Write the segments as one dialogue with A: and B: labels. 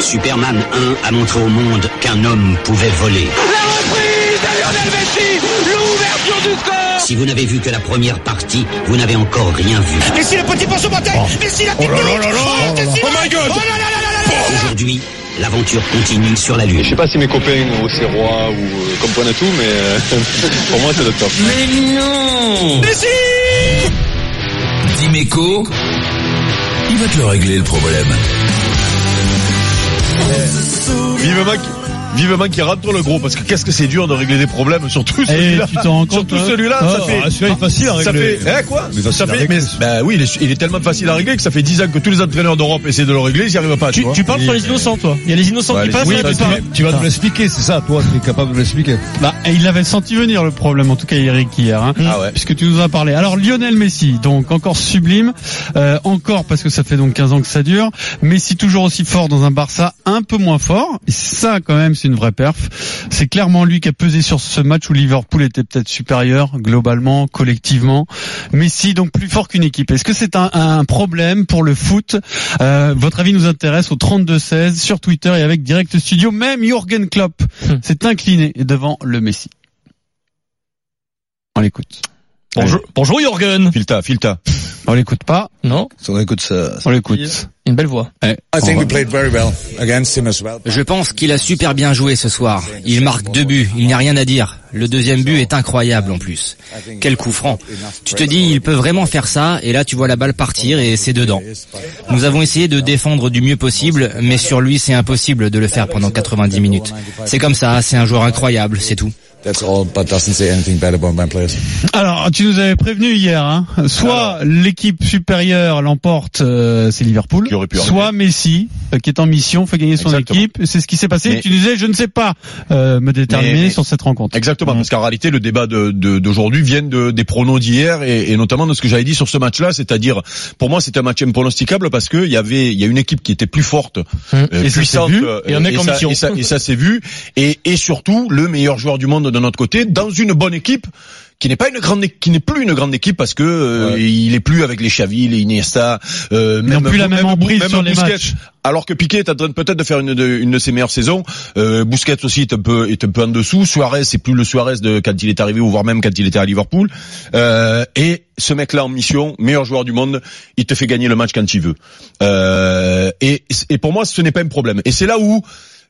A: Superman 1 a montré au monde qu'un homme pouvait voler.
B: La reprise de Lionel Messi L'ouverture du score
A: Si vous n'avez vu que la première partie, vous n'avez encore rien vu.
B: Messi le petit penchant bataille Messi la
C: Oh
B: petite
C: là là
B: touche.
C: là là
B: Oh,
C: là là.
B: Messi,
C: Oh
B: là.
C: my God
B: Oh là là là là là là.
A: Aujourd'hui, l'aventure continue sur la
D: Je
A: Lune.
D: sais pas si mes copains au Serrois ou euh, comme point tout, mais euh, pour moi c'est le top.
B: Messi
E: Dimeco, il va te le régler le problème.
C: Vivement qui- vivement qu'il rentre le gros parce que qu'est-ce que c'est dur de régler des problèmes surtout celui-là
F: Eh, tu t'en rends compte,
C: surtout
F: hein
C: celui-là ça
F: Ah,
C: fait
F: ah, celui-là, il est facile à régler.
C: ça fait eh, quoi
F: Mais facile
C: ça
F: à
C: fait
F: régler.
C: mais- bah oui il est, il est tellement facile à régler que ça fait 10 ans que tous les entraîneurs d'Europe essaient de le régler ils n'y arrivent pas tu,
F: Tu,
C: vois.
F: tu parles sur les innocents, toi. Il y a les innocents
C: Ouais,
F: qui
C: les
F: passent.
C: oui,
F: et la
C: parce
F: plupart-
C: que-
G: Tu vas nous l'expliquer, c'est ça, toi, tu es capable de l'expliquer.
F: Bah, et il avait senti venir le problème, en tout cas Eric hier, hein,
C: Ah ouais.
F: puisque tu nous en as parlé. Alors Lionel Messi, donc encore sublime, euh, encore parce que ça fait donc 15 ans que ça dure. Messi toujours aussi fort dans un Barça un peu moins fort. Et ça quand même, c'est une vraie perf. C'est clairement lui qui a pesé sur ce match où Liverpool était peut-être supérieur globalement, collectivement. Messi donc plus fort qu'une équipe. Est-ce que c'est un, un problème pour le foot Euh, Votre avis nous intéresse au 32-16 sur Twitter et avec Direct Studio. Même Jürgen Klopp s'est incliné devant le Messi. On l'écoute.
H: Bonjour, bonjour Jorgen.
C: Filta Filta
F: On l'écoute pas,
H: Non,
G: On écoute ça.
F: on l'écoute.
H: une belle voix.
F: Eh,
I: I
F: on
I: think
F: va-
I: we played very well against him as well.
J: Je pense qu'il a super bien joué ce soir. Il marque deux buts, il n'y a rien à dire. Le deuxième but est incroyable en plus. Quel coup franc. Tu te dis, il peut vraiment faire ça, et là tu vois la balle partir et c'est dedans. Nous avons essayé de défendre du mieux possible, mais sur lui c'est impossible de le faire pendant 90 minutes. C'est comme ça, Ah, c'est un joueur incroyable, c'est tout.
I: That's all, but doesn't say anything bad about my players.
F: Alors, tu nous avais prévenu hier, hein. soit l'équipe supérieure l'emporte, euh, c'est Liverpool,
C: Qui aurait pu
F: soit Messi, euh, qui est en mission, fait gagner son
C: Exactement.
F: équipe. C'est ce qui s'est passé.
C: Mais-
F: Tu disais, je ne sais pas euh, me déterminer
C: Mais- mais-
F: sur cette rencontre. Mmh.
C: Exactement,
F: Mhm.
C: parce qu'en réalité, le débat de- de- d'aujourd'hui vient de, des pronos d'hier et, et notamment de ce que j'avais dit sur ce match-là, c'est-à-dire, pour moi, c'était un match impronosticable parce qu'il y avait, il y a une équipe qui était plus forte, euh,
F: Mhm. Et ça s'est
C: puissante,
F: vu,
C: euh,
H: et on est
C: et,
H: qu'en
C: ça,
H: mission.
C: et ça- et ça s'est vu, et, et surtout le meilleur joueur du monde de notre côté dans une bonne équipe qui n'est pas une grande, é- qui n'est plus une grande équipe parce que euh, il est plus avec les Xavi, les Iniesta, euh,
F: Ils n'ont plus la même emprise
C: même
F: sur les
C: Busquets.
F: matchs.
C: Alors que Piqué est en train de- peut-être de faire une de, une de ses meilleures saisons, euh, Busquets aussi est un peu est un peu en dessous. Suarez c'est plus le Suarez de quand il est arrivé ou voire même quand il était à Liverpool. Euh, et ce mec-là en mission, meilleur joueur du monde, il te fait gagner le match quand il veut. Euh, et, et pour moi ce n'est pas un problème. Et c'est là où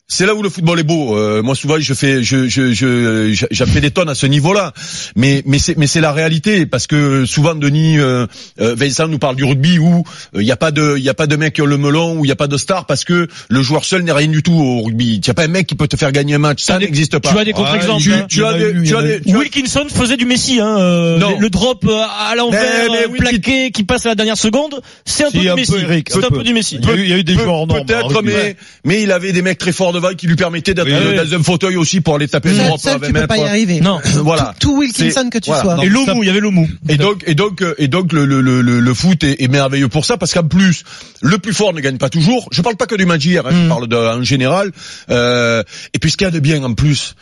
C: c'est là où le football est beau. Euh, moi souvent je fais je je je je- j'en fais des tonnes à ce niveau-là, mais mais c'est mais c'est la réalité parce que souvent Denis euh, euh, Vincent nous parle du rugby où il n'y y a pas de il y a pas de mec qui a le melon où il y a pas de star parce que le joueur seul n'est rien du tout au rugby. Il y a pas un mec qui peut te faire gagner un match, ça n'existe pas.
H: Tu
K: Ah,
H: as des contre-exemples.
C: tu,
H: hein.
C: tu as des tu as des tu as-
H: Wilkinson faisait du Messi, hein, euh,
C: Non.
H: le- le drop euh, à l'envers,
C: Mais- mais
H: euh,
C: Wilkin-
H: plaqué, qui passe à la dernière seconde, c'est un
G: Si,
H: peu du
G: un peu,
H: Messi.
G: Eric,
H: C'est
G: un
H: un
G: peu.
H: peu du Messi.
G: Il y a eu, il y a eu des
C: Peu-
G: joueurs en norme.
C: Peut-être, mais, mais il avait des mecs très forts devant qui lui permettaient d'être
G: Oui, oui.
C: dans un fauteuil aussi pour aller taper
K: Seul,
C: l'Europe
K: seul,
C: avec
K: tu peux
C: main,
K: pas y
C: quoi.
K: arriver.
H: Non.
C: Voilà.
K: Tout Wilkinson que tu
C: voilà.
K: sois.
C: Non,
H: Et l'Omu, il y avait l'Omu.
C: Et donc, et donc, euh, et donc, le, le, le, le le foot est, est merveilleux pour ça parce qu'en plus, le plus fort ne gagne pas toujours. Je parle pas que du match hier, hein,
H: Mm.
C: je parle de, en général. Euh, et puis ce qu'il y a de bien en plus.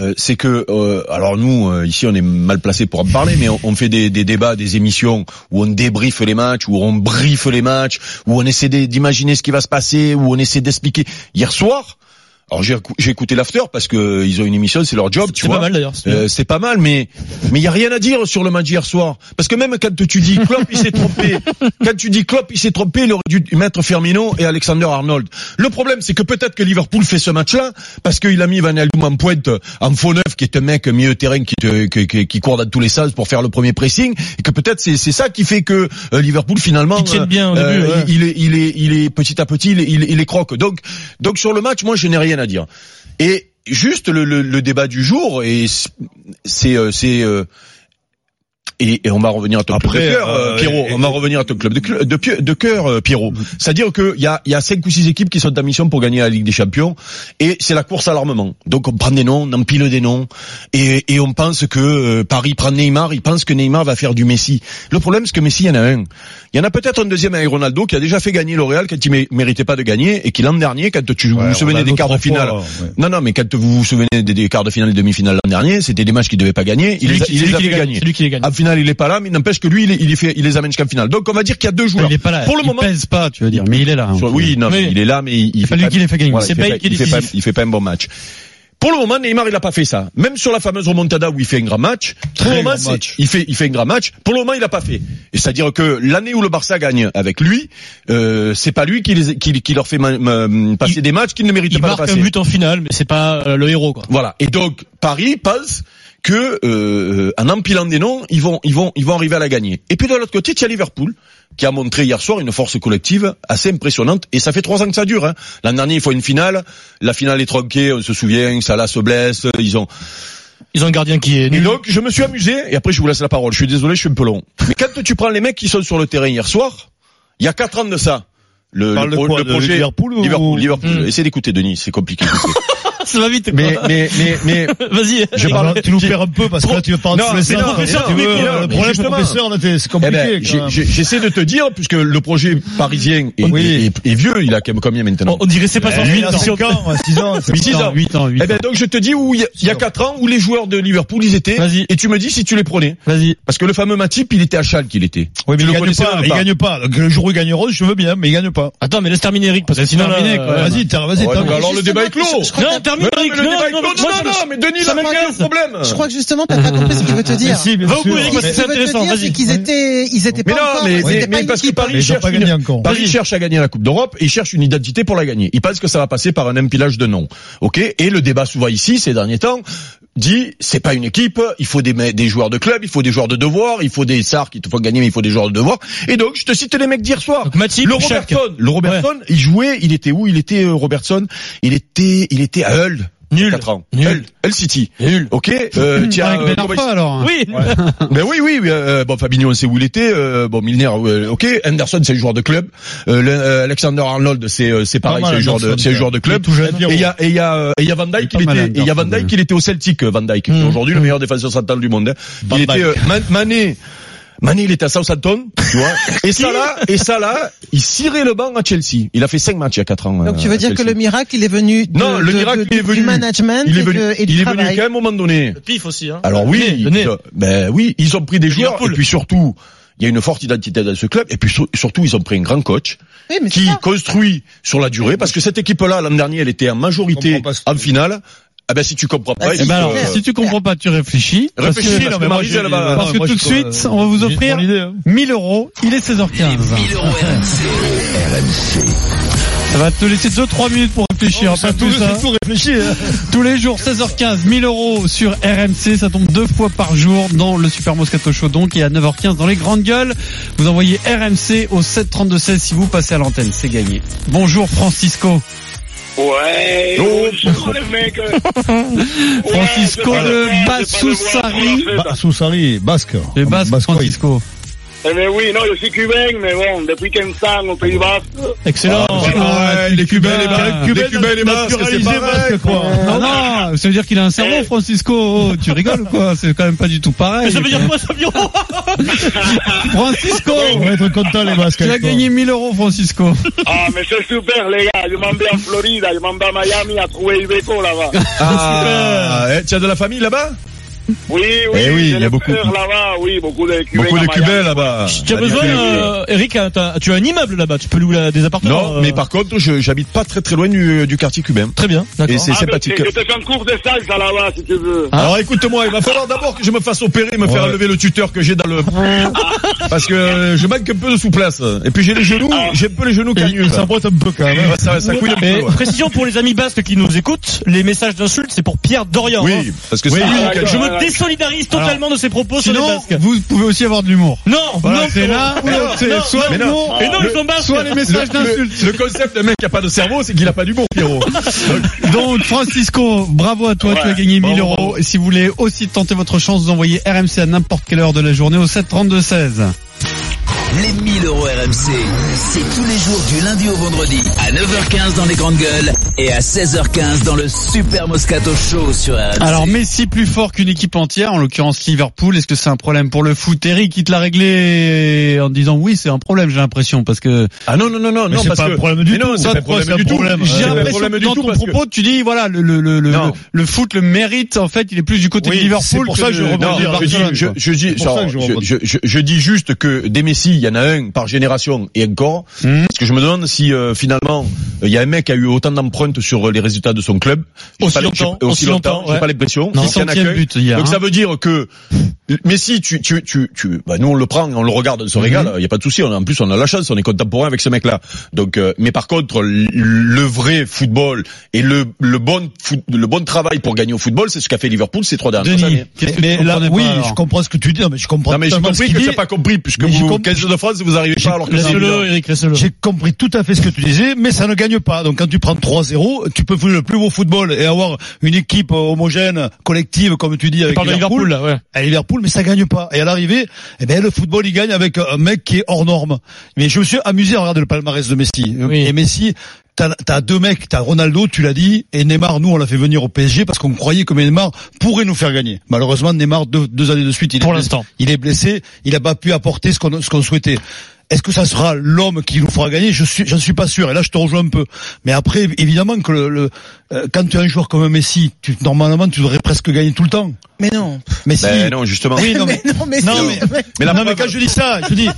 C: euh, c'est que euh, alors nous euh, ici on est mal placé pour en parler mais on, on fait des, des débats des émissions où on débriefe les matchs où on briefe les matchs où on essaie d- d'imaginer ce qui va se passer où on essaie d'expliquer hier soir alors j'ai écou- j'ai écouté l'after parce que euh, ils ont une émission c'est leur job tu
H: C'est
C: vois
H: pas mal d'ailleurs.
C: euh, c'est pas mal, mais mais il y a rien à dire sur le match hier soir. Parce que même quand tu dis Klopp, il s'est trompé. Quand tu dis Klopp, il s'est trompé, il aurait dû mettre Firmino et Alexander Arnold. Le problème, c'est que peut-être que Liverpool fait ce match-là parce qu'il a mis Van Aldoum en pointe, en faux neuf, qui est un mec milieu terrain qui, te- qui, qui- qui court dans tous les sens pour faire le premier pressing, et que peut-être c'est c'est ça qui fait que euh, Liverpool finalement
H: Ils tiennent bien au
C: euh,
H: début, ouais.
C: il, il est il est il est petit à petit, il, est- il, est- il est croque. Donc donc sur le match, moi je n'ai rien à dire. Et juste le, le, le débat du jour, et c'est- c'est euh, c'est euh, et, et on va revenir à ton
G: Après,
C: club de cœur, euh,
G: euh,
C: Pierrot.
G: et-
C: on va revenir à ton club de, cl- de, pie- de cœur, euh, Pierrot. C'est-à-dire qu'il y a, il y a cinq ou six équipes qui sont en mission pour gagner la Ligue des Champions, et c'est la course à l'armement. Donc on prend des noms, on empile des noms, et, et on pense que euh, Paris prend Neymar, il pense que Neymar va faire du Messi. Le problème, c'est que Messi, il y en a un. Il y en a peut-être un deuxième avec Ronaldo qui a déjà fait gagner le Real quand il mé- méritait pas de gagner, et qui l'an dernier, quand tu vous vous souvenez des quarts de finale, non, non, mais quand vous vous souvenez des, des quarts de finale et demi-finale l'an dernier, c'était des matchs qu'il devait pas gagner. Il, les a- il les a fait gagner.
H: C'est lui qui les gagne.
C: En finale finale, il est pas là, mais n'empêche que lui, il, est- il, est fait, il les amène jusqu'en finale. Donc on va dire qu'il y a deux joueurs.
L: Il est pas là.
C: Pour le
L: il
C: moment,
L: pèse pas, tu veux dire, mais il est là. hein.
C: Soit- oui, non,
H: Oui.
C: mais il est là, mais il, il
L: pas lui qui les fait gagner,
C: voilà,
H: c'est
C: il
H: pas
C: fait
H: lui qui est
C: il fait pas,
H: décisif.
C: il fait pas un bon match. Pour le moment, Neymar, il a pas fait ça. Même sur la fameuse remontada où il fait un grand match, pour le
F: Très
C: moment,
F: grand
C: c'est-
F: match.
C: il fait, il fait un grand match. Pour le moment, il a pas fait. Et c'est-à-dire que l'année où le Barça gagne avec lui, euh, c'est pas lui qui, les, qui, qui leur fait ma- ma- passer
H: Il-
C: des matchs qu'ils ne méritent
H: Il
C: pas de
H: marque un
C: passer.
H: but en finale, mais c'est pas euh, le héros, quoi.
C: Voilà. Et donc Paris pense que euh, en empilant des noms, ils vont ils vont ils vont arriver à la gagner. Et puis de l'autre côté, il y a Liverpool qui a montré hier soir une force collective assez impressionnante et ça fait trois ans que ça dure. Hein. L'an dernier, il faut une finale. La finale est tronquée, on se souvient. Salah se blesse, ils ont. Mm.
H: Ils ont un gardien qui est
C: Et
H: nul.
C: donc je me suis amusé. Et après, je vous laisse la parole. Je suis désolé, je suis un peu long. Mais quand tu prends les mecs qui sont sur le terrain hier soir, il y a quatre ans de ça. Le,
F: Parle
C: le
F: de
C: pro-
F: quoi,
C: le
F: de
C: projet
F: Liverpool ou- Mm.
C: Liverpool, Liverpool.
H: Hmm.
C: Essayez d'écouter Denis, c'est compliqué.
H: Ça va vite, quoi.
C: mais mais mais mais
H: Vas-y.
C: je parle.
F: tu nous perds un peu parce que là, tu veux parler
C: Non,
F: de
C: mais non,
F: professeur.
C: mais
F: si
C: non,
F: tu
C: mais
F: veux,
C: non,
F: euh,
C: mais
F: Le problème
C: justement.
F: professeur, là, t'es- c'est
C: Eh
F: compliqué.
C: ben, j'ai-
F: quand même.
C: j'ai- j'essaie de te dire, puisque le projet parisien est,
F: Oui.
C: est- est vieux, il a quand même combien maintenant
H: On, on dirait c'est pas
F: Eh,
H: sur
F: il a cinq ans, 6 ans. c'est
C: Six ans.
L: 8
F: oh,
L: ans, 8 ans.
C: Eh ben, donc je te dis où il y a- il y a quatre ans où les joueurs de Liverpool ils étaient,
L: Vas-y.
C: et tu me dis si tu les prenais,
L: Vas-y.
C: parce que le fameux Matip il était à Châle qu'il était.
F: Oui, mais
C: Tu
F: il
C: le
F: gagne
C: connaissais
F: pas,
C: même
F: il
C: pas.
F: gagne pas. Donc, le jour où il gagne rose, je veux bien, mais il gagne pas.
H: Attends, mais laisse terminer Eric, parce que sinon, là,
L: terminé, quoi.
H: euh,
F: Vas-y, t'as- vas-y,
C: Ouais,
F: t'as-
C: donc alors le débat est clos.
H: Non, termine
C: Mais non, mais
H: Eric.
C: le débat est clos. Non, non, non, mais Denis,
H: ça
C: là, quel est le
H: m'intéresse.
C: problème
K: Je crois que justement, t'as pas compris ce que je veux te dire.
F: Si, bien
H: Va au
F: sûr.
H: bout, Eric, parce que
K: Ce
H: c'est
K: que je veux
H: intéressant.
K: te dire, c'est
H: Vas-y.
K: qu'ils étaient, ils étaient
C: Mais
K: pas
C: non,
K: encore,
C: mais,
K: c'était
C: mais-
K: pas
C: mais
K: une
C: parce que
K: équipe.
F: Mais
C: Paris
F: ils ont
C: cherche,
F: pas
C: une-
F: gagné encore.
C: Paris cherche à gagner la Coupe d'Europe et cherche une identité pour la gagner. Il pense que ça va passer par un empilage de noms. Ok Et le débat souvent ici, ces derniers temps, dit c'est pas une équipe, il faut des, me- des joueurs de club, il faut des joueurs de devoir, il faut des stars qui te font gagner, mais il faut des joueurs de devoir. Et donc, je te cite les mecs d'hier soir.
H: Donc, Matip,
C: le
H: Shaq.
C: Robertson, le Robertson, il jouait, il était où Il était euh, Robertson, il était, il était à Hull.
H: Nul.
C: 4 ans.
H: Nul.
C: Hull, Hull City.
H: Nul.
C: Ok. Euh, tiens,
L: Avec
C: euh,
L: Ben
C: comment il-
L: Arfa, alors. hein.
H: Oui.
C: ben oui, oui, oui, euh, bon, Fabinho, on sait où il était. euh, bon, Milner, euh, ok. Anderson, c'est le joueur de club. Euh, le- euh, Alexander Arnold, c'est euh, c'est pareil,
F: Pas mal,
C: c'est le joueur de,
F: Anderson,
C: c'est le joueur de club.
F: Il est tout jeune.
C: Et il y a et il y a euh, et il y a Van Dijk,
L: Il est
C: il
L: pas
C: était,
L: mal,
C: et il y a Van
L: Anderson,
C: Dijk, il était au Celtic. euh, Van Dijk, qui est aujourd'hui le meilleur défenseur central du monde. hein.
F: Mm. Van
C: Il était
F: Dijk.
C: euh, Man- Mané. Mané, il était à Southampton, tu vois. Et ça là, et ça là, il cirait le banc à Chelsea. Il a fait cinq matchs il y a quatre ans.
K: Donc
C: euh,
K: tu veux
C: à
K: dire que
C: Chelsea.
K: le miracle, il est venu de-
C: non, le
K: de-
C: miracle
K: de-
C: il est venu
K: du management
C: il est
K: et
C: venu,
K: de- et
C: il
K: du
C: est venu
K: travail.
C: qu'à un moment donné.
H: Pif aussi, hein.
C: Alors oui,
H: Le nez, le nez.
C: ils ont- ben oui, ils ont pris des joueurs
H: Liverpool.
C: et puis surtout, il y a une forte identité dans ce club et puis sur- surtout ils ont pris un grand coach
K: Oui, mais c'est
C: qui
K: ça.
C: construit sur la durée parce que cette équipe-là l'an dernier elle était en
F: Je
C: majorité
F: comprends pas ce que-
C: en finale. Ah ben si tu comprends pas, euh,
K: Ah,
C: il
K: si,
L: Eh
C: faut
L: ben
K: c'est
L: alors,
K: clair.
C: que-
L: si tu comprends pas, tu réfléchis. Parce que-
C: Réfléchis, non, mais Marie,
F: j'ai-
C: elle va-
L: Parce que
F: Ah, moi,
L: tout
F: je
L: de
F: suis pas-
L: suite, on va vous
F: j'ai
L: offrir-
F: mon idée, hein.
L: 1000 euros, il est 16h15. Ça va te laisser 2-3 minutes pour réfléchir, pas
F: C'est tout,
L: plus. hein.
F: c'est tout réfléchi. hein.
L: Tous les jours, 16h15, 1000 euros sur RMC. Ça tombe deux fois par jour dans le Super Moscato Show, donc, et à 9h15 dans les grandes gueules. Vous envoyez RMC au 732-16 si vous passez à l'antenne. C'est gagné. Bonjour, Francisco.
M: Ouais, bonjour les mecs.
L: Francisco
M: Ouais, c'est pas
L: de
M: vrai, c'est pas
L: Bassoussari.
M: vrai, c'est pas
F: Bah,
M: vrai.
F: Soussari, Ah, basque.
L: Les Basques,
F: oui.
L: Francisco.
M: Eh ben oui, non, je suis cubain, mais bon, depuis 15 ans au Pays Basque.
H: Excellent.
C: Ouais, les Cubains, les
L: Cubains,
C: Basques, les Cubains, les Basques, c'est
F: naturalisé
C: pas vrai.
F: basque, quoi.
L: Ah non, ça veut dire qu'il a un cerveau, Francisco. Oh, tu rigoles ou quoi C'est quand même pas du tout pareil.
H: Eh. Mais ça veut dire quoi, ça veut dire-
L: Francisco
F: On va être content, les basques.
L: Tu as
F: avec toi.
L: gagné 1000 euros, Francisco.
M: Ah, mais c'est super, les gars. Je m'en vais en Floride, je m'en vais à Miami à trouver Iveco là-bas.
C: Ah, eh, tu as de la famille là-bas
M: Oui, oui,
C: Eh oui,
M: j'ai
C: il y a
M: les
C: beaucoup-
M: frères là-bas, oui, beaucoup de cubains.
C: Beaucoup
M: à
C: de
M: Miami.
C: Cubains là-bas.
H: Tu as besoin, euh, Eric, t'as- tu as un immeuble là-bas, tu peux louer là- des appartements.
C: Non,
H: euh,
C: mais par contre, je- j'habite pas très très loin du du quartier cubain.
H: Très bien,
C: Et
H: d'accord.
C: c'est
M: Ah, mais
C: sympathique.
M: Je te fais un cours de salsa là-bas, si tu veux.
C: Alors écoute-moi, il va falloir d'abord que je me fasse opérer, me faire
F: Ouais.
C: enlever le tuteur que j'ai dans le... Parce que euh, je manque un peu de souplesse. Et puis j'ai les genoux, j'ai un peu les genoux cagneux.
F: Il
C: là.
F: s'emboîte un peu quand même.
C: Ouais, Ça, ça couille un
H: Mais
C: peu. ouais.
H: précision pour les amis basques qui nous écoutent, les messages d'insultes, c'est pour Pierre Dorian. hein.
C: Oui, parce que c'est lui
M: Ah,
C: qui a-
H: Je
M: d'accord.
H: me désolidarise totalement de ces propos sur les
L: Sinon,
H: basques.
L: vous pouvez aussi avoir de l'humour.
H: Non,
L: Voilà,
H: non,
L: c'est là où
H: non,
L: c'est
H: non,
L: soit
C: mais non.
L: l'humour,
H: Et non,
C: Le-
H: ils sont basques.
L: soit les messages
C: Le,
L: d'insultes.
C: le concept d'un mec qui a pas de cerveau, c'est qu'il a pas d'humour, Pierrot.
L: Donc Francisco, bravo à toi, tu as gagné 1000 euros. Et si vous voulez aussi tenter votre chance, vous envoyez RMC à n'importe quelle heure de la journée au 732 16.
A: Les 1000 euros RMC, c'est tous les jours du lundi au vendredi à 9h15 dans les grandes gueules et à 16h15 dans le Super Moscato Show sur RMC.
L: Alors Messi plus fort qu'une équipe entière, en l'occurrence Liverpool, est-ce que c'est un problème pour le foot Eric, il te l'a réglé en disant oui, c'est un problème, j'ai l'impression, parce que...
C: Ah non, non, non, non,
L: Mais
C: non
L: c'est
C: parce
L: pas
C: que...
L: un problème du
C: Mais non,
L: tout,
C: c'est pas un
L: pourquoi
C: problème
L: c'est
C: du
L: un
C: tout.
L: problème
C: J'ai
L: Euh,
C: l'impression
L: problème
C: que
L: du
C: dans
L: tout,
C: ton
L: parce que-
C: propos,
L: tu dis, voilà, le, le, le, le,
C: Non.
L: le foot le mérite, en fait, il est plus du côté de Liverpool. que de-
C: Non,
L: de
C: je dis,
L: Barcelone,
C: je,
L: quoi.
C: je dis,
L: C'est pour
C: genre,
L: ça que je
C: je,
L: rebondis.
C: je- je- je dis juste que des Messi, il y en a un par génération et encore.
L: Hmm.
C: Parce que je me demande si euh, finalement il y a un mec qui a eu autant d'empreintes sur euh, les résultats de son club J'ai
L: Aussi
C: pas- j'ai-
L: longtemps,
C: aussi
L: aussi
C: longtemps.
L: longtemps,
C: J'ai
L: ouais.
C: pas l'impression.
L: Non.
C: Si c'est un
L: 100e
C: accueil.
L: but hier,
C: Donc
L: hein.
C: ça veut dire que Messi, tu, tu, tu, tu, bah, nous on le prend, on le regarde, on se régale.
F: Mhm.
C: Il y a pas de souci. On a- En plus, on a la chance, on est contemporain avec ce mec-là. Donc, euh, mais par contre, l- le vrai football et le, le bon foot- le bon travail pour gagner au football, c'est ce qu'a fait Liverpool ces trois dernières
F: Denis,
C: années.
F: qu'est-ce que Mais- tu mais là, comprenais pas, oui, alors je comprends ce que tu dis, mais je comprends
C: Non mais j'ai
F: totalement ce
C: compris
F: qu'il
C: que
F: dit.
C: t'as pas compris puisque
F: Mais j'ai
C: vous,
F: compris.
C: 15 de France, vous arrivez pas alors que c'est évident.
F: J'ai compris tout à fait ce que tu disais, mais ça ne gagne pas. Donc quand tu prends 3-0, tu peux jouer le plus beau football et avoir une équipe euh, homogène, collective, comme tu dis, avec
H: parles de
F: Liverpool.
H: Liverpool, là, ouais.
F: À Liverpool, mais ça gagne pas. Et à l'arrivée, eh ben, le football, il gagne avec un mec qui est hors norme. Mais je me suis amusé à regarder le palmarès de Messi. Euh, Et Messi, t'as, t'as deux mecs, t'as Ronaldo, tu l'as dit, et Neymar, nous, on l'a fait venir au PSG parce qu'on croyait que Neymar pourrait nous faire gagner. Malheureusement, Neymar, deux, deux années de suite, il est
H: Pour
F: blessé.
H: l'instant.
F: Il est blessé, il n'a pas pu apporter ce qu'on ce qu'on souhaitait. Est-ce que ça sera l'homme qui nous fera gagner Je suis, j'en suis pas sûr. Et là, je te rejoins un peu. Mais après, évidemment que le, le- euh, quand tu as un joueur comme Messi, tu, normalement, tu devrais presque gagner tout le temps.
K: Mais non.
F: Mais si.
C: Ben non, justement.
F: Oui, non, mais,
K: Mais non, mais si.
F: non, mais,
C: Mais la
F: non, mais
C: preuve-
F: quand je dis ça, je dis.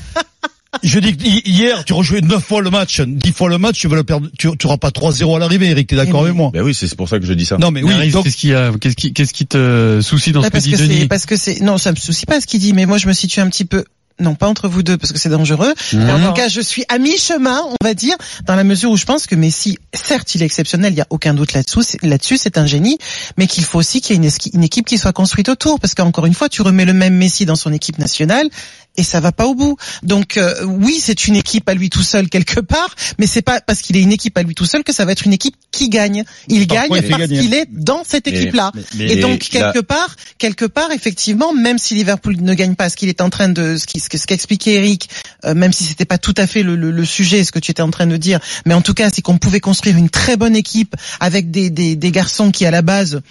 F: Je dis que hi- hier, tu rejouais 9 fois le match, 10 fois le match, tu vas le perdre, tu, tu auras pas 3-0 à l'arrivée, Eric, t'es d'accord
K: Eh oui.
F: avec moi?
C: Ben oui, c'est c'est pour ça que je dis ça.
F: Non, mais oui,
L: Maryse,
F: donc,
L: qu'est-ce qu'il y a Qu'est-ce qui, qu'est-ce qui te soucie dans
K: Ouais,
L: ce que
K: parce
L: dit
K: que c'est
L: Denis
K: parce que c'est non, ça me soucie pas ce qu'il dit, mais moi je me situe un petit peu. Non, pas entre vous deux parce que c'est dangereux.
C: Mmh.
K: Mais En tout cas, je suis à mi-chemin, on va dire, dans la mesure où je pense que Messi, certes, il est exceptionnel, il y a aucun doute là-dessous, c'est- là-dessus, c'est un génie, mais qu'il faut aussi qu'il y ait une, esqui- une équipe qui soit construite autour, parce qu'encore une fois, tu remets le même Messi dans son équipe nationale et ça va pas au bout. Donc euh, oui, c'est une équipe à lui tout seul quelque part, mais c'est pas parce qu'il est une équipe à lui tout seul que ça va être une équipe qui gagne. Il
F: Pourquoi
K: gagne
F: il fait
K: parce
F: gagner
K: qu'il est dans cette
C: Mais-
K: équipe-là.
C: mais-
K: Et donc
C: la-
K: quelque part, quelque part, effectivement, même si Liverpool ne gagne pas, ce qu'il est en train de, ce qui- ce que- ce qu'expliquait Eric, euh, même si c'était pas tout à fait le, le- le sujet, ce que tu étais en train de dire, mais en tout cas, c'est qu'on pouvait construire une très bonne équipe avec des, des, des garçons qui à la base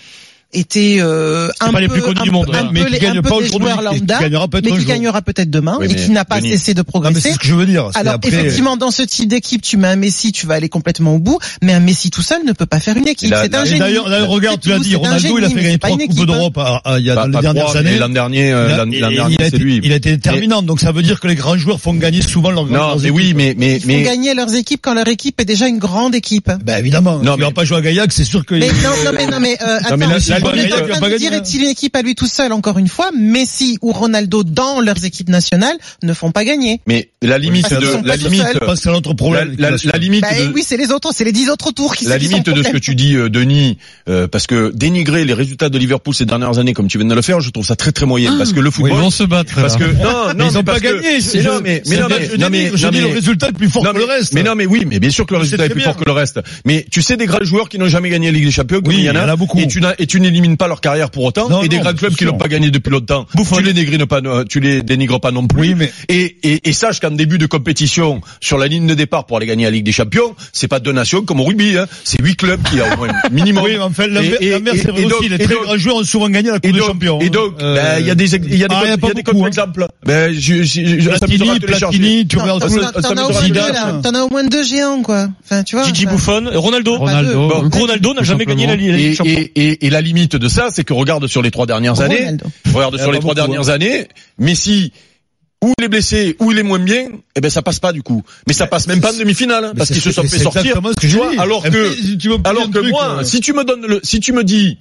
K: étaient euh, un
H: pas les
K: peu-
H: plus connus
K: un
H: du
K: peu-
H: monde,
K: un
H: hein.
K: peu
F: mais qui
K: les-
F: gagne
K: un peu
F: pas
K: des
F: aujourd'hui,
K: joueurs
F: et qui
K: lambda,
F: gagnera peut-être
K: mais
F: un
K: qui
F: jour.
K: gagnera peut-être demain
C: Oui,
K: et
C: mais
K: qui n'a pas
C: Denis-
K: cessé de
F: Non, Ah, mais c'est
K: progresser.
F: ce que je veux dire. c'est
K: Alors
F: après-
K: effectivement, dans ce type d'équipe, tu mets un Messi, tu vas aller complètement au bout, mais un Messi tout seul ne peut pas faire une équipe.
C: Il a-
K: C'est un
C: et
F: Et
K: génie.
F: d'ailleurs, d'ailleurs, regarde,
K: C'est
F: tu l'as
K: tout,
F: dit,
K: c'est un
F: Ronaldo, il a
K: génie,
F: fait
K: mais
F: gagner
K: c'est pas
F: trois
K: une
F: coupes
K: équipe, hein.
F: d'Europe à- à- euh, il y a
C: Pas-
F: dans les
C: pas
F: dernières
C: trois, mais
F: années.
C: L'an dernier, euh,
F: Il a-
C: l'an l'an
F: il a
C: dernier,
F: été-
C: c'est lui.
F: il a été déterminant, donc ça veut dire que les grands joueurs font gagner souvent leurs
C: Non,
F: leurs
C: mais
F: équipes.
C: oui, mais mais
K: Ils font
C: mais
K: gagner leurs équipes quand leur équipe est déjà une grande équipe.
F: Ben évidemment,
C: Non,
F: non, tu
C: mais-
F: vas pas jouer à Gaillac, c'est sûr que
K: Mais non, non, mais non, mais euh, attends,
C: mais là,
K: on
C: là,
K: est
F: Gaillac
K: en
F: a
K: train
F: pas
K: de
F: gagné,
K: dire
F: hein.
K: est-il une équipe à lui tout seul encore une fois Messi ou Ronaldo dans leurs équipes nationales ne font pas gagner.
C: mais la limite
K: Parce qu'ils sont
C: de la
K: pas tout
C: limite
K: seuls.
F: je pense que c'est un autre
C: la,
F: problème.
C: la- la limite
K: Bah eh
C: de
K: oui, c'est les autres, c'est les dix autres tours qui
C: la
K: c'est qui sont
C: limite de ce que
K: problème.
C: tu dis, euh, Denis, euh, parce que dénigrer les résultats de Liverpool ces dernières années, comme tu viens de le faire, je trouve ça très très
K: Ah.
C: moyen, parce que le
L: Oui, mais
C: football,
L: on se bat, frère.
C: parce que non, non,
F: ils
C: mais
F: ont pas
C: parce que-
F: gagné. c'est-
C: mais non, mais mais
F: c'est
C: non,
F: bien,
C: mais-
F: je
C: non,
F: dis-
C: mais
F: je
C: non,
F: dis,
C: mais-
F: le résultat est plus fort
C: non,
F: que
C: mais-
F: le reste.
C: Mais non, mais oui, mais bien sûr que le résultat est
F: très
C: plus
F: bien.
C: fort que le reste. Mais tu sais des grands joueurs qui n'ont jamais gagné la Ligue des Champions, comme
F: Oui,
C: il y en a,
F: il y en a beaucoup.
C: et tu n'as- et tu n'élimines pas leur carrière pour autant,
F: Non,
C: et des
F: non,
C: grands
F: c'est
C: clubs qui
F: sûr.
C: l'ont pas gagné depuis longtemps.
F: Buffon.
C: Tu les dénigres pas, non- tu les dénigres pas non plus.
F: Oui, mais-
C: et, et, et sache qu'en début de compétition, sur la ligne de départ pour aller gagner la Ligue des Champions, c'est pas deux nations comme au rugby, hein. c'est huit clubs qui a au moins minimum.
F: Oui, mais en fait, la
C: Et- et-
F: la merde,
C: et-
F: c'est vrai
C: et donc-
F: aussi. Les
C: et
F: très
C: donc-
F: grands joueurs ont souvent gagné la
C: et
F: Coupe des
C: donc,
F: Champions.
C: et donc,
F: Euh,
C: ben, il y a des, il y a des,
F: ah, il y a
C: contre-
F: pas
C: il y a des
F: beaucoup, hein.
C: contre-exemples. Ben, je, je, je, ça me saura
F: Euh, Platini,
C: de les chercher.
F: Platini, tu
K: Non,
F: regardes
K: T'en
C: ça-
K: t'en
C: ça me
K: as au moins
C: donne
K: deux
C: envie.
K: là, t'en as au moins deux géants quoi. Enfin, tu vois.
H: Gigi
K: ça-
H: Buffon, Ronaldo.
L: Ronaldo,
C: Bon,
L: hein,
H: Ronaldo n'a
L: tout
H: jamais gagné la
L: simplement.
H: Ligue
C: Et,
H: des Champions.
C: et, et, et la limite de ça, c'est que regarde sur les trois dernières
K: Ronaldo.
C: années, regarde
F: Il y a
C: sur les
F: pas
C: trois
F: beaucoup, hein.
C: dernières années, Messi, où il est blessé, où il est moins bien, eh ben ça passe pas du coup. Mais ça passe même pas en demi-finale, hein, parce
F: c'est-
C: qu'ils se sont
F: c'est
C: fait sortir.
F: exactement ce que
C: Tu
F: je
C: vois,
F: dis.
C: alors
F: Et
C: que,
F: puis, tu veux me
C: alors
F: dire
C: que
F: un truc,
C: moi,
F: euh,
C: si tu me donnes le, si tu me dis,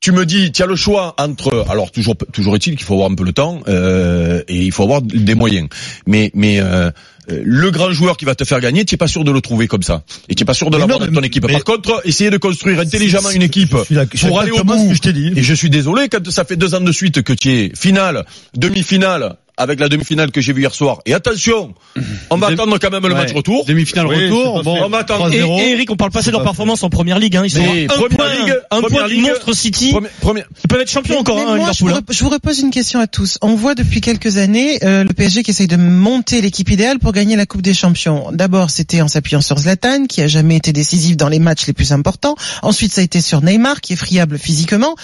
C: tu me dis, tu as le choix entre, alors toujours, toujours est-il qu'il faut avoir un peu le temps euh, et il faut avoir des moyens. Mais, mais euh, euh, le grand joueur qui va te faire gagner, tu es pas sûr de le trouver comme ça, et tu es pas sûr de
F: Mais
C: l'avoir
F: non,
C: dans ton
F: mais-
C: équipe.
F: mais-
C: Par contre, essayer de construire intelligemment
F: c'est-
C: une équipe
F: je suis d'accord, je sais
C: pour aller au
F: exactement ce
C: bout.
F: que je t'ai dit.
C: Et je suis désolé quand ça fait deux ans de suite que tu es finale, demi-finale. avec la demi-finale que j'ai vue hier soir. Et attention, on va attendre quand même le match retour.
L: Demi-finale
C: Oui,
L: retour.
C: c'est pas
L: Bon,
C: fait. on va attendre.
H: Et, et Eric, on parle pas assez de leur performance en première ligue. Hein. Ils sont
C: Mais
H: à un
C: Première
H: point,
C: Ligue,
H: un
C: Première
H: point du
C: Ligue,
H: monstre City.
C: Première- première-
H: Ils peuvent être champions encore,
K: Mais
H: hein,
K: moi, je, vous
H: Liverpool. hein.
K: rep- je vous repose une question à tous. On voit depuis quelques années euh, le PSG qui essaye de monter l'équipe idéale pour gagner la Coupe des Champions. D'abord, c'était en s'appuyant sur Zlatan, qui a jamais été décisif dans les matchs les plus importants. Ensuite, ça a été sur Neymar, qui est friable physiquement.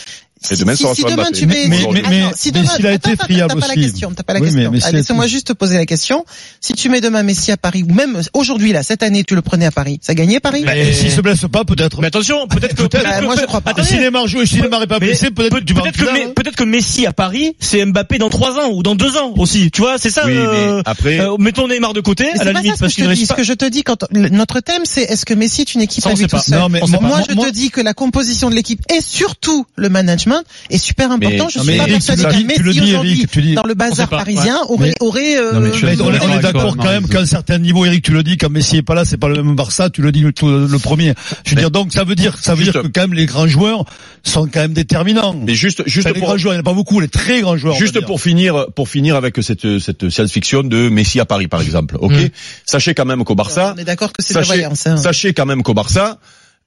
C: Et demain, ça
K: si,
C: va
K: si
C: sur
K: demain
C: Mbappé.
K: tu mets,
F: Mais- mais-
K: Ah
F: mais-
K: non, si
F: mais
K: demain-
F: s'il a
K: attends,
F: été
K: attends,
F: friable
K: t'as pas la
F: aussi.
K: question, t'as pas la
F: Oui,
K: question.
F: mais- mais s'il a
K: Ah, Laissez-moi
F: été-
K: juste te poser la question. Si tu mets demain Messi à Paris, ou même aujourd'hui là, cette année, tu le prenais à Paris, ça gagnait Paris
F: Et s'il se blesse pas, peut-être. Ah,
H: Mais attention, peut-être que
F: Peut-être.
H: peut-être
K: Bah,
H: que-
K: moi, je crois pas.
H: Attendez,
F: Si Neymar joue et si Neymar est pas
H: Mais-
F: blessé, peut-être que tu parles
H: Peut-être que,
F: plus tard,
H: Mais-
F: hein.
H: peut-être que Messi à Paris, c'est Mbappé dans trois ans ou dans deux ans aussi. Tu vois, c'est ça.
C: Oui, mais
H: euh,
C: après-
H: euh, mettons Neymar de côté
K: Mais
H: à
K: c'est
H: la
K: pas
H: limite
K: ça
H: parce
K: ce que
H: qu'il
K: je
H: ne
K: te dis.
H: reste
K: Ce
H: pas.
K: que je te dis quand le- notre thème, c'est est-ce que Messi est une équipe
H: Ça, on
K: à
H: sait
K: lui tout
H: pas.
K: seul
F: Non, mais
K: Moi,
F: moi-
K: je
F: moi-
K: te dis que la composition de l'équipe et surtout le management est super important. je
C: non,
K: suis
C: mais
K: pas
C: Eric,
K: persuadée
F: tu le
K: qu'un
F: dis- tu le
K: Messi
F: dis,
K: aujourd'hui,
F: Eric, tu dis-
K: dans
H: on
K: le
H: sait
K: bazar
H: pas,
K: parisien aurait, aurait euh,
L: Non, mais je suis
F: Mais on, est- on est d'accord
L: Marie,
F: quand même
L: Marie.
F: qu'à un certain niveau, Eric, tu le dis, quand Messi est pas là, c'est pas le même Barça, tu le dis le, le premier. Je veux dire, donc ça veut dire, ça veut
C: Juste-
F: dire que quand même les grands joueurs sont quand même déterminants.
C: Mais juste, juste
F: Enfin, les
C: pour,
F: grands joueurs, il n'y en a pas beaucoup, les très grands joueurs. on va
C: Juste
F: dire.
C: pour finir, pour finir avec cette, cette science-fiction de Messi à Paris, par exemple. Ok.
F: Mm.
C: Sachez quand même qu'au Barça,
K: on est d'accord que c'est de la
C: sachez,
K: voyance. hein.
C: sachez quand même qu'au Barça,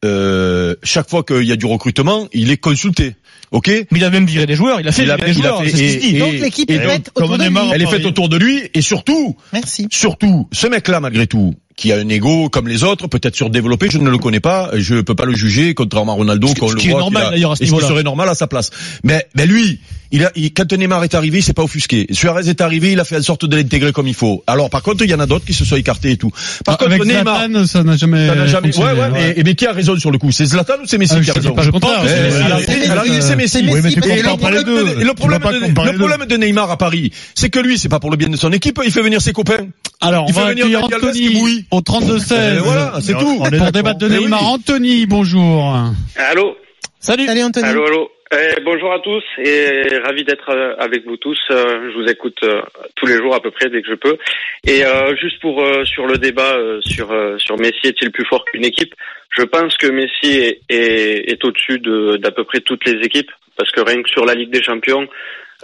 C: euh, chaque fois qu'il y a du recrutement, il est consulté. Ok.
H: Mais il a même viré des joueurs. Il a fait
C: Il a-
H: virer des
C: il a
H: joueurs.
C: fait-
H: C'est ce qui se dit.
C: et-
K: Donc l'équipe
C: et
K: est
C: donc,
K: faite autour de lui.
C: Elle est faite autour de lui et surtout,
K: Merci.
C: surtout, ce mec-là, malgré tout, qui a un ego comme les autres, peut-être surdéveloppé, je ne le connais pas, je peux pas le juger, contrairement à Ronaldo, qu'on
H: ce
C: le
H: qui est
C: voit.
H: normal,
C: qu'il a-
H: d'ailleurs, à ce
C: et qui
H: niveau-là.
C: serait normal à sa place. Mais, mais lui, il a, il- quand Neymar est arrivé, il s'est pas offusqué. Suarez est arrivé, il a fait en sorte de l'intégrer comme il faut. Alors, par contre, il y en a d'autres qui se sont écartés et tout.
F: Ah,
C: Par
L: Avec
C: contre, Neymar,
L: Zlatan, ça n'a jamais.
F: euh,
C: ça n'a jamais, ouais,
L: fonctionné,
C: ouais, mais, mais qui a raison sur le coup? C'est Zlatan ou c'est Messi
L: Ah,
C: qui
L: je
C: a
L: te dis
C: raison?
L: pas le contraire.
C: pense que
L: mais
C: c'est
L: à la-
C: Zlatan.
L: à la-
C: Messi, c'est Messi.
F: Oui, mais tu
K: Parce que
F: peux
C: Et
F: pas
C: le
F: comparer
C: problème,
F: les deux.
C: de, et le
F: Tu peux
C: problème
F: pas
C: de-
F: comparer
C: le
F: les
C: problème de Neymar à Paris, c'est que lui, c'est pas pour le bien de son équipe, il fait venir ses copains.
L: Alors, on
C: Il
L: va
C: fait venir
L: accueillir
C: Daniel Alves qui
L: Anthony
C: mouille.
L: au 32 16
C: Et voilà, c'est
F: on-
C: tout.
F: on est
L: pour
F: d'accord.
L: débattre de
C: Eh oui.
L: Neymar. Anthony, bonjour.
M: Allô
H: Salut.
K: Salut Anthony.
M: Allô, allô. Eh, bonjour à tous et ravi d'être euh, avec vous tous. Euh, Je vous écoute euh, tous les jours à peu près dès que je peux. Et euh, juste pour euh, sur le débat euh, sur euh, sur Messi est-il plus fort qu'une équipe Je pense que Messi est, est, est au-dessus de d'à peu près toutes les équipes parce que rien que sur la Ligue des Champions,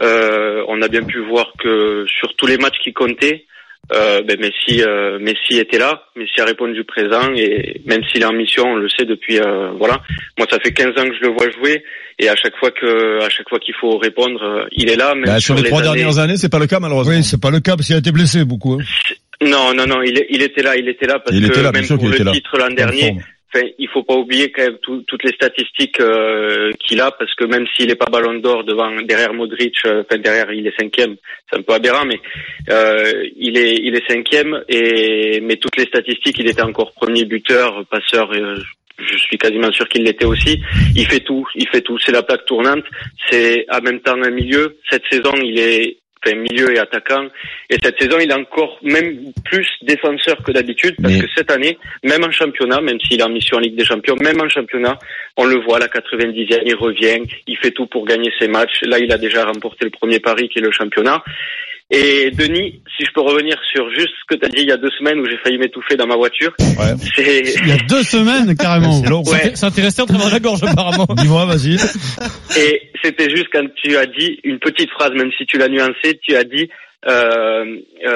M: euh, on a bien pu voir que sur tous les matchs qui comptaient, euh, ben Messi euh, Messi était là, Messi a répondu présent et même s'il est en mission, on le sait depuis euh, voilà. Moi, ça fait 15 ans que je le vois jouer et à chaque fois que à chaque fois qu'il faut répondre, euh, il est là. Même
C: Bah, sur les trois
M: années-
C: dernières années, c'est pas le cas, malheureusement.
F: Oui, c'est pas le cas parce qu'il a été blessé beaucoup. hein.
M: Non, non, non, il, est- il était là, il était là parce
C: Il
M: que
C: était là, bien
M: même
C: sûr
M: pour
C: qu'il
M: le
C: était là.
M: titre l'an dernier, enfin, il faut pas oublier quand même tout- toutes les statistiques euh, qu'il a parce que même s'il n'est pas Ballon d'Or devant derrière Modric, euh, enfin derrière il est cinquième, c'est un peu aberrant, mais euh, il est il est cinquième et mais toutes les statistiques, il était encore premier buteur, passeur. euh, je suis quasiment sûr qu'il l'était aussi. Il fait tout, il fait tout. C'est la plaque tournante. C'est en même temps un milieu. Cette saison, il est enfin, milieu et attaquant. Et cette saison, il est encore même plus défenseur que d'habitude parce
C: Mais-
M: que cette année, même en championnat, même s'il est en mission en Ligue des Champions, même en championnat, on le voit à la 90e, il revient, il fait tout pour gagner ses matchs. Là, il a déjà remporté le premier pari qui est le championnat. Et Denis, si je peux revenir sur juste ce que tu as dit il y a deux semaines où j'ai failli m'étouffer dans ma voiture, c'est
L: Il y a deux semaines, carrément.
F: C'est long.
M: Ouais.
H: C'est intéressant en train de la gorge apparemment.
F: Dis-moi, vas-y.
M: Et c'était juste quand tu as dit une petite phrase, même si tu l'as nuancée, tu as dit euh,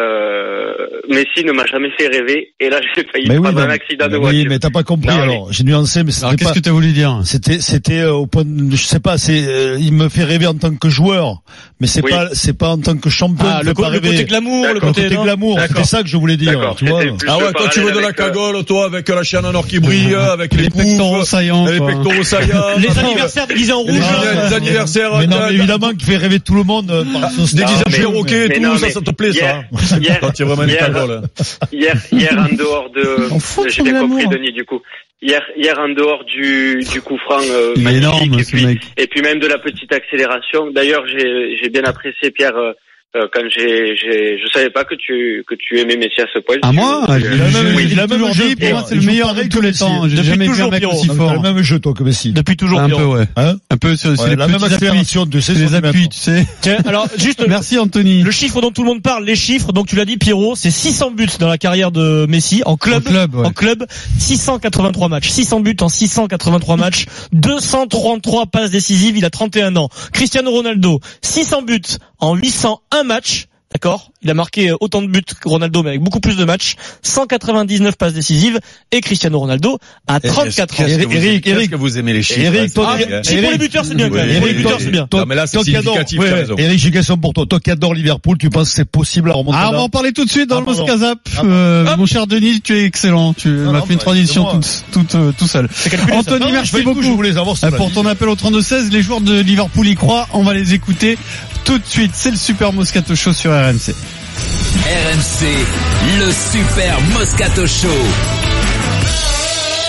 M: euh, Messi ne m'a jamais fait rêver. Et là, j'ai failli
F: Mais oui,
M: prendre
F: non,
M: un accident de
F: mais
M: voiture.
F: oui, mais t'as pas compris.
M: Non, mais-
F: alors, j'ai nuancé, mais
L: Alors,
F: c'était
L: qu'est-ce
F: pas.
L: que tu as voulu dire
F: C'était, c'était euh, au point. de- je sais pas. C'est, euh, il me fait rêver en tant que joueur, mais c'est
M: Oui.
F: pas, c'est pas en tant que champion.
H: Ah,
F: il
H: le,
F: me fait
H: co-
F: pas
H: le côté
F: rêver.
H: glamour, le
F: Le
H: côté,
F: côté
H: non
F: glamour. C'était
M: D'accord.
F: ça que je voulais dire.
M: D'accord,
F: Tu vois.
M: c'était plus
C: Ah
M: le
C: ouais, toi tu veux de
M: parallèle
C: la
M: avec, euh,
C: cagole, toi avec la chaîne en or qui brille, avec les,
L: Les
C: poufs,
H: euh,
F: euh,
L: pectoraux saillants,
C: les
L: quoi.
C: pectoraux saillants,
H: Les
C: avec-
H: anniversaires déguisés en
C: les,
H: rouge.
C: gilets, les anniversaires,
F: Mais non,
C: euh,
F: mais évidemment qu'il fait rêver tout le monde euh, par son
C: des
F: style.
C: visages
M: mais-
C: perroquets et
M: mais
C: tout,
M: non,
C: ça,
M: mais
C: ça te plaît
M: hier-
C: ça hein
M: hier-
C: Toi tu es vraiment une
M: hier-
C: cagole. hein.
M: Hier, hier en dehors
K: On fout
M: de, j'ai
K: sur
M: bien
K: l'amour.
M: compris Denis du coup. Hier, hier en dehors du du coup franc euh,
L: Il est
M: magnifique,
L: énorme,
M: et
L: ce
M: puis-
L: mec.
M: et puis même de la petite accélération. D'ailleurs, j'ai j'ai bien apprécié Pierre euh, euh, quand j'ai j'ai je savais pas que tu que tu aimais Messi à ce
L: À
M: point. Tu-
L: Ah, moi
M: tu-
L: Il a même
F: Oui.
L: dit, il a toujours dit, pour moi, c'est le meilleur de tous les temps. J'ai
H: Depuis
L: jamais vu un
H: toujours,
L: mec
H: Pierrot.
L: aussi
F: Non, mais t'as
L: fort.
F: le même jeu toi que Messi.
H: Depuis toujours.
L: Un peu,
H: Pierrot.
L: ouais.
F: Hein
L: Un peu, c'est c'est
F: Ouais,
L: les
F: la même
L: petits appuis.
F: accélération de
L: C'est
F: ses
L: les appuis, tu sais.
H: Tiens, alors juste
L: Merci, Anthony.
H: Le chiffre dont tout le monde parle, les chiffres, donc tu l'as dit Pierrot, c'est 600 buts dans la carrière de Messi en club.
L: En club, ouais.
H: en club, 683 matchs, 600 buts en 683 matchs, 233 passes décisives, il a 31 ans. Cristiano Ronaldo, 600 buts en 801 matchs, D'accord Il a marqué euh, autant de buts que Ronaldo, mais avec beaucoup plus de matchs. 199 passes décisives. Et Cristiano Ronaldo à 34 ans.
C: Qu'est-ce que vous- qu'est-ce que vous aimez les chiffres
F: Eric, toi,
C: Ah,
F: qui-
C: bien.
H: si pour les buteurs, c'est bien, quand même.
C: Oui,
H: Pour les
C: oui,
H: buteurs,
C: oui.
H: c'est bien.
C: Non, mais là, c'est
F: toi qui adore-
C: significatif,
F: ouais,
C: t'as
F: ouais.
C: raison.
F: Eric, j'ai une question pour toi. Toi qui adore Liverpool, tu penses que c'est possible la remontée
L: Ah, on va en parler tout de suite dans
F: Ah,
L: le
F: pardon. Ah,
L: Moscazap. Euh, mon cher Denis, tu es excellent. Tu m'as
F: non,
L: fait une
F: bah,
L: transition
F: c'est moi.
L: toute, toute, euh, tout seul.
F: calculé, ça. Non,
L: Anthony,
F: non, je
L: merci
F: valide tout,
L: beaucoup
F: je voulais savoir si
L: Euh,
F: tu
L: pour
F: valides.
L: ton appel au 32-16. Les joueurs de Liverpool y croient. On va les écouter tout de suite. C'est le Super Moscato Show sur RMC.
A: RMC, le Super Moscato Show.